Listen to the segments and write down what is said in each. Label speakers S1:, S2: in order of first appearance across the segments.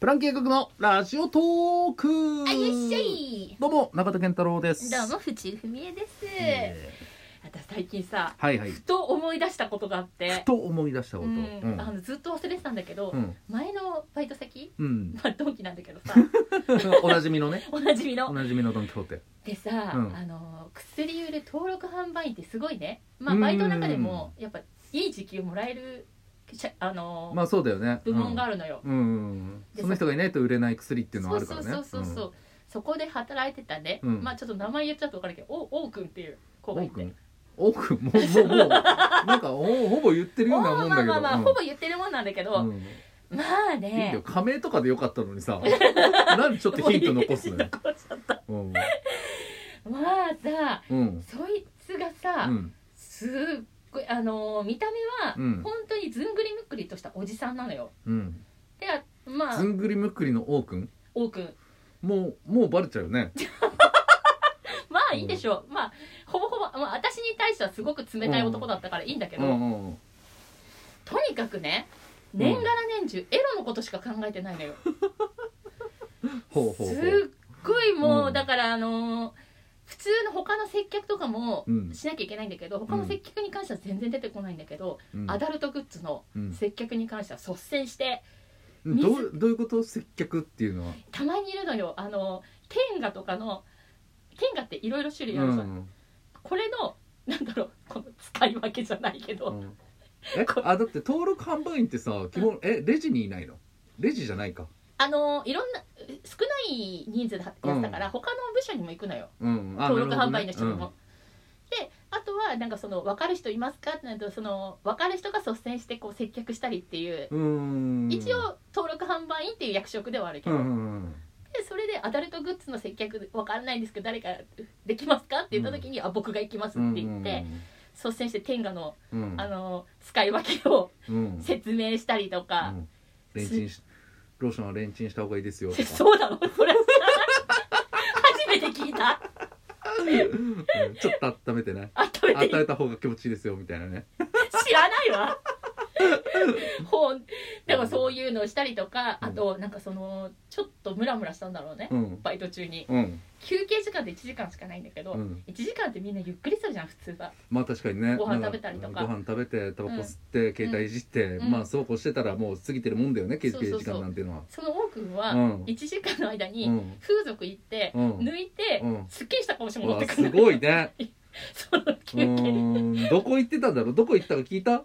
S1: プラン計画のラジオトーク
S2: あよっしゃい
S1: どうも中田健太郎です
S2: どうも藤井文江です、
S1: え
S2: 私最近さ
S1: ーはいはい
S2: ふと思い出したことがあって
S1: ふと思い出したこと
S2: う
S1: うん
S2: んあのずっと忘れてたんだけど、
S1: うん
S2: 前のバイト先
S1: うん
S2: まあドンキなんだけどさ
S1: おなじみのね
S2: おなじみ
S1: お
S2: の
S1: なじみのドン・キホーテ
S2: でさ、
S1: うん
S2: あの薬売り登録販売員ってすごいねまあ
S1: うん
S2: バイトの中でもやっぱいい時給もらえるしゃあの、
S1: まあそうだよね
S2: 部門があ
S1: る
S2: るのよ、
S1: うんうんその人がいないと売れない薬っていうのはあるからね
S2: そうそうそうそう、そこで働いてたね、
S1: うん
S2: まあちょっと名前言っちゃうと分かるけどお王くんっていう子
S1: う
S2: が
S1: ん
S2: い
S1: 多く
S2: て
S1: ん多くんもうもうもうなんかほほぼ言ってるようなもんだ
S2: まあ
S1: けど
S2: まあまあ、
S1: うん
S2: ほぼ言ってるもんなんだけど、
S1: うん
S2: まあ
S1: いいんだ
S2: ね
S1: よ加盟とかでよかったのに さなんでちょっとヒント残すのよ
S2: 残っちゃった
S1: うん
S2: まあさ
S1: うん
S2: そいつがさ、
S1: うん
S2: すっごいあのー見た目は、
S1: うん
S2: 本当にずんぐりむっくりとしたおじさんなのよ
S1: うん
S2: であまあ
S1: ずんぐりむっくりの王くん
S2: 王くん
S1: もうもうバレちゃうよね
S2: まあいいでしょう、まあほぼほぼ、まあ、私に対してはすごく冷たい男だったからいいんだけ
S1: う
S2: ど、
S1: んうんうん
S2: とにかくね年がら年中エロのことしか考えてないのよ
S1: ほうほうほ
S2: すっ
S1: う
S2: ごいもう、
S1: うん
S2: だからあのー普通の他の接客とかも
S1: うん
S2: しなきゃいけないんだけど、他の接客に関しては全然出てこないんだけど、
S1: うん
S2: アダルトグッズの
S1: うん
S2: 接客に関しては率先して
S1: どうどういうこと接客っていうのは
S2: たまにいるのよあのテンガとかのテンガっていろいろ種類あるじゃん、
S1: うん
S2: これのなんだろうこの使い分けじゃないけど、
S1: うんえ
S2: こ
S1: あだって登録販売員ってさ基本えレジにいないのレジじゃないか
S2: あのいろんな少ない人数だったから、
S1: うん
S2: 他の部署にも行くのよ
S1: うんあ
S2: 登録販売の人に
S1: なる
S2: も
S1: ほ。
S2: であとはなんかその分かる人いますかってなるとその分かる人が率先してこう接客したりっていう、
S1: どねうん
S2: 一応登録販売員っていう役職ではあるけ
S1: う
S2: ど、
S1: んうんうん
S2: でそれでアダルトグッズの接客分かんないんですけど誰かできますかって言った時に「あ僕が行きます」って言って、率先して天下の
S1: うんうんうん
S2: あの使い分けを
S1: うん
S2: 説明したりと
S1: う
S2: か、
S1: んレンチンしローションはレンチンした方がいいですよとか
S2: そうなのそれ知らない 初めて聞いた
S1: うんちょっと温めてね
S2: 温 めていい
S1: 温めた方が気持ちいいですよみたいなね
S2: 知らないわほんだからそういうのをしたりとかあとなんかそのちょっとムラムラしたんだろうね
S1: うん
S2: バイト中に
S1: うん
S2: 休憩時間で1時間しかないんだけど、
S1: うん
S2: 1時間ってみんなゆっくりするじゃん普通は
S1: まあ確かにね
S2: ご飯食べたりとか
S1: なんご飯食べてタバコ吸って、携帯いじって、
S2: うん
S1: まあそうこうしてたらもう過ぎてるもんだよね休憩
S2: そう
S1: 時
S2: そうそう
S1: 間なんていうのは
S2: その王くんは
S1: うん
S2: 1時間の間
S1: う
S2: に
S1: ん
S2: 風俗行って、
S1: うん
S2: 抜いて、
S1: うん
S2: すっきりした顔して
S1: う
S2: 戻っ
S1: わ
S2: てくる
S1: すごいね
S2: その
S1: う
S2: 休憩
S1: ーんどこ行ってたんだろうどこ行ったか聞いた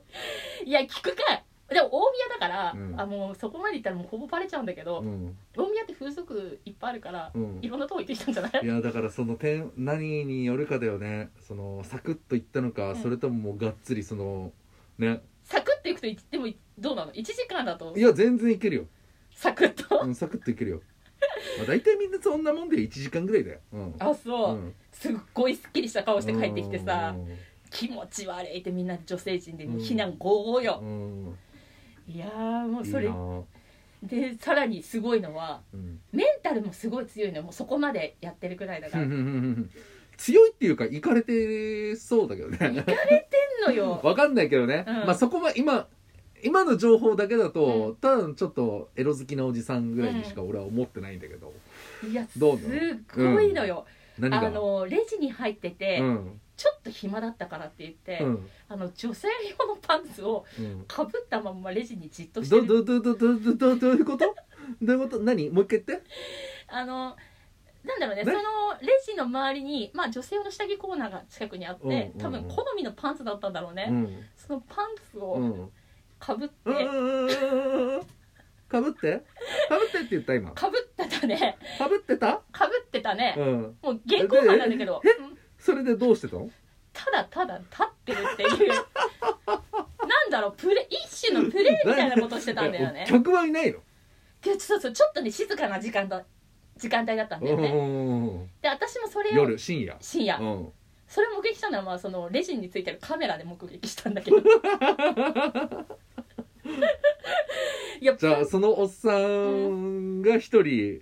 S2: いや聞くかでも大宮だから、
S1: うん
S2: あもうそこまで行ったらもうほぼバレちゃうんだけど、
S1: うん
S2: 大宮って風俗いっぱいあるから、
S1: うん
S2: いろんなとこ行ってきたんじゃない
S1: いやだからその点何によるかだよねそのサクッと行ったのか、
S2: うん
S1: それとももうがっつりそのね
S2: サクッといくといでもどうなの1時間だと
S1: いや全然いけるよ、
S2: サクッと
S1: うん、サクッといけるよ、まあ、大体みんなそんなもんで1時間ぐらいだよ、うん、
S2: あそう、
S1: ん
S2: すっごいすっきりした顔して帰ってきてさ
S1: うん
S2: 気持ち悪いってみんな女性陣で非難合々よ、
S1: うん
S2: いやーもう
S1: いい
S2: そ
S1: な
S2: れ
S1: ぁ
S2: でさらにすごいのは
S1: うん
S2: メンタルもすごい強いのよもうそこまでやってるくらいだから
S1: う
S2: い
S1: んうんうんうん強いっていうかいかれてそうだけど
S2: かれ
S1: ね
S2: てんのよ
S1: わかんないけどね、
S2: うん
S1: まあそこは今今の情報だけだと、
S2: うん
S1: ただのちょっとエロ好きなおじさんぐらいにしか俺は思ってないんだけど、
S2: いやすっ
S1: どう
S2: ご
S1: ぞ
S2: いのよ、
S1: 何が
S2: あのレジに入ってて、
S1: うん
S2: ちょっと暇だったからって言って、
S1: うん
S2: あの女性用のパンツを
S1: うん
S2: かぶったまんまレジにじっとして
S1: どど
S2: る
S1: どどどどどどういうことどういうこと何もう一回言って
S2: あのなんだろうね
S1: ね
S2: そのレジの周りに、まあ、女性用の下着コーナーが近くにあって、
S1: うんうんうん
S2: 多分好みのパンツだったんだろうね、
S1: うん
S2: そのパンツ
S1: う
S2: を
S1: ん
S2: かぶって、
S1: うんうんかぶってかぶってって言った今
S2: かぶってたね
S1: かぶってた
S2: かぶってたね
S1: う、ん
S2: もう現行犯なんだけどうん
S1: それでどうしてたの
S2: ただただ立ってるっていう なんだろうプレ一種のプレイみたいなことしてたんだよね
S1: え客はいないの
S2: でそうそうちょっとね静かな時間だ時間帯だったんだよ
S1: うん
S2: ね
S1: うんうんうん
S2: で私もそれを
S1: 夜深夜
S2: 深夜
S1: うん
S2: それを目撃したのは、まあ、そのレジについてるカメラで目撃したんだけ どいや
S1: じゃあそのおっさんが一人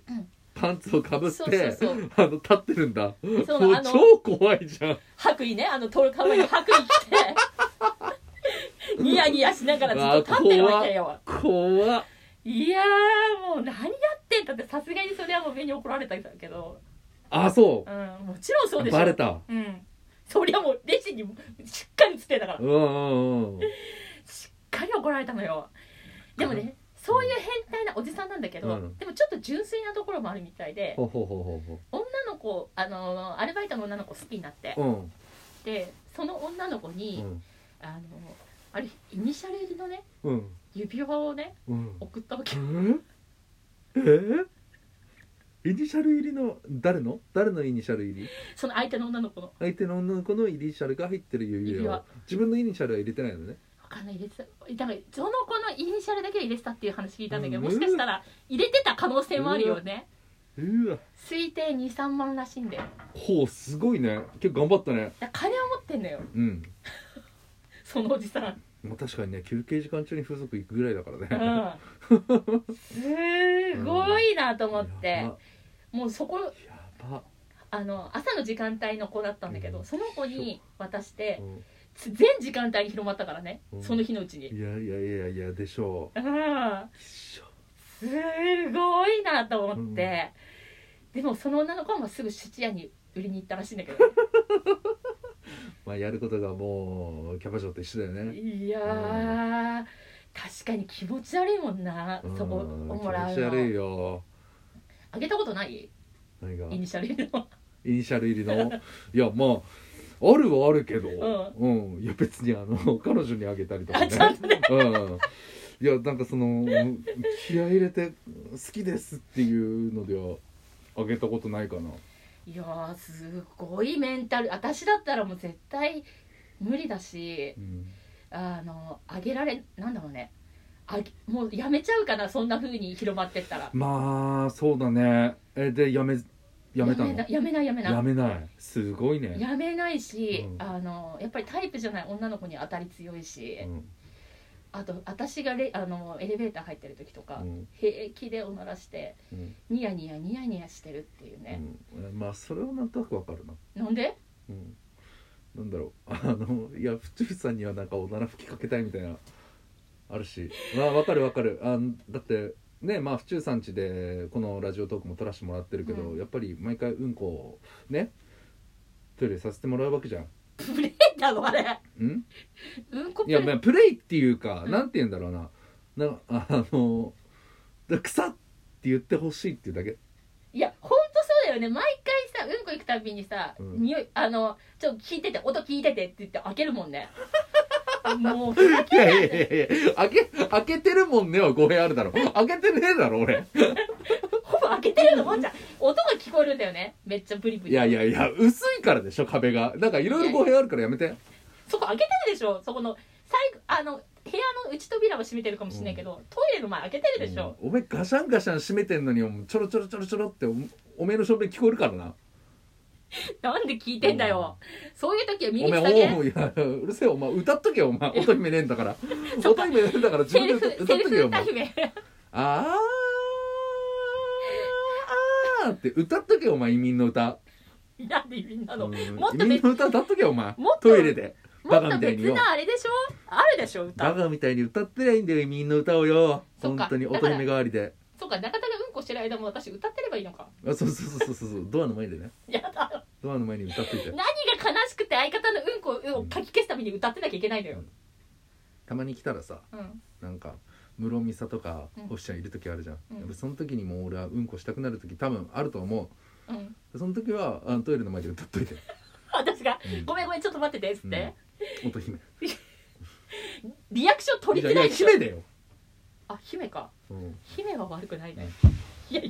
S1: パンツをかぶっ
S2: そうそう
S1: て
S2: そう
S1: あの立ってるんだ
S2: そう
S1: もう
S2: あの
S1: 超怖いじゃん
S2: 白衣ねあのトルカンの白 衣着てニヤニヤしながらずっと立ってるわけよ
S1: 怖っ
S2: いやーもう何やってんだってさすがにそれはもう目に怒られたけど、
S1: あそ
S2: うん、もちろんそう
S1: う
S2: でしょ
S1: バレた
S2: うんそりゃもうレジにもしっかりつけたからし
S1: うんうんうん
S2: っかり怒られたのよでもねそういう変態なおじさんなんだけど、
S1: うん
S2: でもちょっと純粋なところもあるみたいで
S1: ほうほうほうほう
S2: 女の子あのーアルバイトの女の子好きになって
S1: ほううん
S2: でその女の子に、あのーあれイニシャル入りのね
S1: うんうん
S2: 指輪をね
S1: うん
S2: 送ったわけ
S1: えーイニシャル入りの誰の誰のイニシャル入り
S2: その相手の女の子の
S1: 相手の女の子のイニシャルが入ってる指
S2: 指
S1: 輪を
S2: 輪
S1: 自分のイニシャルは入れてないのね
S2: わかんない入れてただからその子のイニシャルだけ入れてたっていう話聞いたんだけどもしかしたら入れてた可能性もあるよね
S1: うわ
S2: 推定23万らしいんだよ
S1: ほうすごいね結構頑張ったね
S2: だから金を持ってんのよ
S1: うん
S2: そのおじさん、 うん、
S1: まあ確かにね休憩時間中に風俗行くぐらいだからね、
S2: すごいなと思って
S1: や
S2: もうそこ
S1: ばやば
S2: あの朝の時間帯の子だったんだけ
S1: うん
S2: どその子に渡して
S1: うん
S2: つ全時間帯に広まったからね
S1: うん
S2: その日のうちに
S1: いやいやいやいやでしょ
S2: うん
S1: う一緒
S2: すごいなと思ってでもその女の子はもうすぐ質屋に売りに行ったらしいんだけど
S1: まあやることがもうキャバ嬢と一緒だよね
S2: いやー、確かに気持ち悪いもんな、そこを
S1: うん
S2: もらう
S1: 気持ち悪い
S2: の
S1: よ
S2: あげたことない
S1: 何が
S2: イニシャル入りの
S1: イニシャル入りの いやまああるはあるけど、
S2: う
S1: うんいや別にあの 彼女にあげたりとか
S2: あちゃん
S1: ね
S2: とね
S1: うんいやなんかそのうん気合い入れて好きですっていうのではあげたことないかない
S2: やーすごいメンタル私だったらもう絶対無理だし
S1: うん
S2: あのあげられなんだろうねあげもうやめちゃうかなそんな風に広まってったら
S1: まあそうだねえでやめやめたの
S2: ややめないやめない
S1: やめないすごいね
S2: やめないし、
S1: うん
S2: あのやっぱりタイプじゃない女の子に当たり強いし、
S1: うん
S2: あと私がレあのエレベーター入ってる時とか、
S1: うん
S2: 平気でおならして
S1: うん
S2: ニヤニヤニヤニヤしてるっていうね、
S1: うんまあそれはなんとなくわかるな
S2: なんで
S1: うんなんだろう あのいやプチプチさんにはなんかおなら吹きかけたいみたいなあるしまあわかるわかるあんだってねまあ府中さんちでこのラジオトークも撮らせてもらってるけど、
S2: うん
S1: やっぱり毎回うんこをねトイレさせてもらうわけじゃん
S2: プレイだろあれ
S1: うん
S2: うんこプ
S1: い
S2: レ
S1: や
S2: イ
S1: まあプレイっていうか、
S2: うん
S1: なんて言うんだろうななあのだ草って言ってほしいっていうだけ
S2: いやほんとそうだよね毎回さうんこ行くたびにさ、
S1: うん
S2: 匂いあのちょっと聞いてて音聞いててって言って開けるもん ねもうふざ
S1: い
S2: けん
S1: や
S2: ない
S1: やいやいや開け開けてるもんねは語弊あるだろ開けてねえだろ俺
S2: ほぼ開けてるのもんじゃん音が聞こえるんだよねめっちゃブリブリ
S1: いやいやいや薄いからでしょ壁がなんかいろいろ語弊あるからやめて
S2: そこ開けてるでしょそこの最後あの部屋の内扉は閉めてるかもしれないけど、トイレの前開けてるでしょ、
S1: うんおめえガシャンガシャン閉めてんのにちょろちょろちょろちょろっておおめえの照明聞こえるからな
S2: なんで聞いてんだよ、そういう時は
S1: お
S2: 耳
S1: めえ
S2: 塞
S1: お
S2: げ
S1: ういやうるせえお前歌っとけよお前音姫ねえんだ から音姫ねえんだから自
S2: セ
S1: 分
S2: ル
S1: で
S2: フ
S1: 歌歌
S2: セ
S1: っと
S2: ルフ
S1: けよお
S2: 歌
S1: 前
S2: 姫
S1: あーあーって歌っとけよお前移民の歌
S2: なんでみんなの、
S1: うん
S2: もっ
S1: 移
S2: と
S1: 民
S2: 別
S1: の歌歌っとけよお前
S2: もっと
S1: トイレで
S2: も
S1: バ
S2: っ
S1: カ
S2: と
S1: みたいに
S2: 別
S1: よ
S2: なあれでしょあるでしょ
S1: バ
S2: 歌
S1: カみたいに歌ってりゃいいんだよ移民の歌をよ
S2: そっ
S1: 本
S2: か
S1: 当に音姫代わりで
S2: そうか中田がうんこしてる間も私歌ってればいいのか
S1: あそうそうそうそうそうそうドアの前でね
S2: やだ
S1: ドアの前に歌っていて
S2: 何が悲しくて相方のうんこをかき消すために歌ってなきゃいけないのよ、
S1: たまに来たらさ
S2: うん、
S1: なんか室美沙とか
S2: うん
S1: 星ちゃんいる時あるじゃん、
S2: うん
S1: やっぱその時にもう俺はうんこしたくなる時多分あると思
S2: うん、
S1: うその時はあのトイレの前で歌っといて
S2: 私が
S1: うん
S2: 「ごめんごめんちょっと待ってて」っつって、
S1: 音姫
S2: リアクション取
S1: いや
S2: りづ
S1: い
S2: ら
S1: や
S2: いでしょ
S1: 姫だよ、
S2: あ姫か
S1: うん、
S2: 姫は悪くないね、いや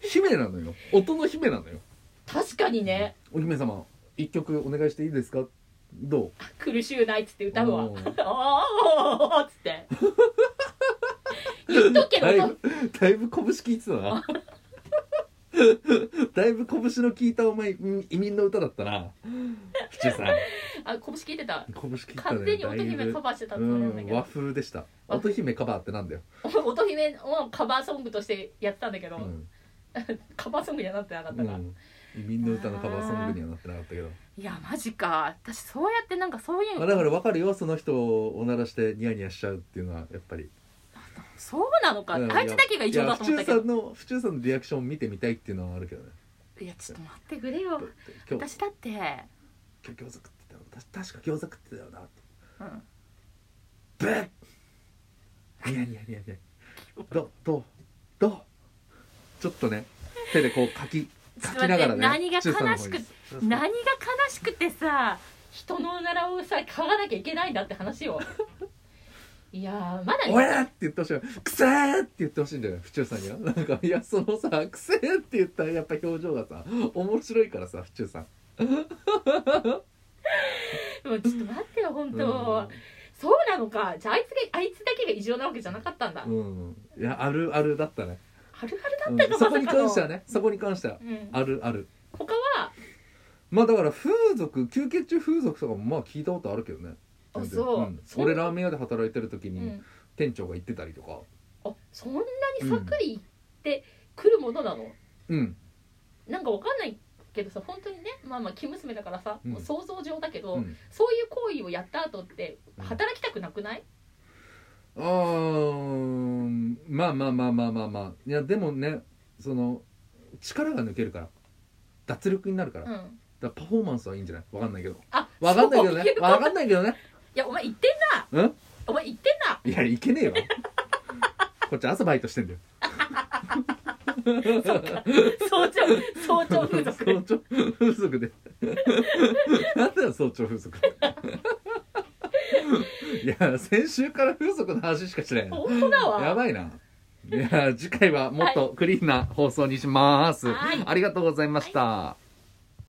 S1: 姫なのよ音の姫なのよ
S2: 確かにね
S1: お姫様一曲お願いしていいですかどう
S2: 「苦しゅうない」っつって歌うわ
S1: お
S2: 「
S1: ー
S2: ああ」っつ って言っとけ
S1: だい
S2: よ
S1: ぶだいぶ拳聞いてた なだいぶ拳の効いたお前うん移民の歌だった な府中さん
S2: あ拳聞いてた
S1: 拳効いてたね
S2: 完全に
S1: だ
S2: 乙
S1: いぶ
S2: 姫カバーしてたつ
S1: う
S2: もりなんだ
S1: ん
S2: けど
S1: 和風でした
S2: 和
S1: 乙
S2: 風
S1: 姫カバーってなんだよ、
S2: 乙姫をカバーソングとしてやってたんだけど、
S1: うん
S2: カバーソングにはなってなかった
S1: う
S2: から、
S1: ん、みんな歌のカバーソングにはなってなかったけど
S2: いやマジか私そうやってなんかそういう
S1: まあだから分かるよその人をおならしてニヤニヤしちゃうっていうのはやっぱり
S2: そうなのか、
S1: うん
S2: あいつだけが異常だと思ったけ
S1: いや府中さ
S2: ど
S1: んの府中さんのリアクションを見てみたいっていうのはあるけどね
S2: いやちょっと待ってくれよ
S1: 今日
S2: 私だって、
S1: 今日餃子食ってたよた確か餃子食ってたよな
S2: うん、
S1: ブッニヤニヤニヤニヤどどうどうちょっとね手でこうかき
S2: ちょっ
S1: か
S2: と
S1: きな
S2: 待
S1: が
S2: って
S1: らね
S2: 何が悲しく
S1: く
S2: 何が悲しくてさ人のおならをさ嗅がなきゃいけないんだって 話をいやーまだ
S1: おやって言ってほしいくせーって言ってほしいんだよね府中さんにはなんかいやそのさくせーって言ったやっぱ表情がさ面白いからさ府中さん
S2: もうちょっと待ってよ本当、そうなのかじゃああいつがあいつだけが異常なわけじゃなかったんだ、
S1: うん、いやあるあるだったね、
S2: あるあ
S1: う
S2: る
S1: ん
S2: だった
S1: そこ
S2: かまさ
S1: に
S2: かの、
S1: 関してはねそこに関しては
S2: うん、
S1: あるある
S2: 他は
S1: まあだから風俗休憩中風俗とかもまあ聞いたことあるけどね
S2: あ
S1: 全然
S2: そうんそう
S1: 俺ラーメン屋で働いてる時
S2: う
S1: に
S2: ん、
S1: 店長が言ってたりとか
S2: あそんなにさっくりいってくるものなの、
S1: うん
S2: なんかわかんないけどさ本当にねまあまあ生娘だからさ、
S1: うん
S2: もう想像上だけど、
S1: うん
S2: そういう行為をやった後って
S1: うん
S2: 働きたくなくない、
S1: あーまあまあまあまあまあまあいやでもねその力が抜けるから脱力になるから,、
S2: う
S1: だか
S2: ん、
S1: らパフォーマンスはいいんじゃないわかんないけど
S2: あ
S1: わかんないけど
S2: そう
S1: ね
S2: うこと
S1: わかんないけどね
S2: いやお前言ってんな
S1: うん
S2: お前言ってんない
S1: やいけねえわこっち朝バイトしてんだよ
S2: 早朝早朝風 俗
S1: 早朝風俗でなんだよ早朝風俗いや先週から風俗の話しかしないな
S2: 本当だわ
S1: やばいないや次回はもっとクリーンな放送にします、
S2: はい
S1: ありがとうございました、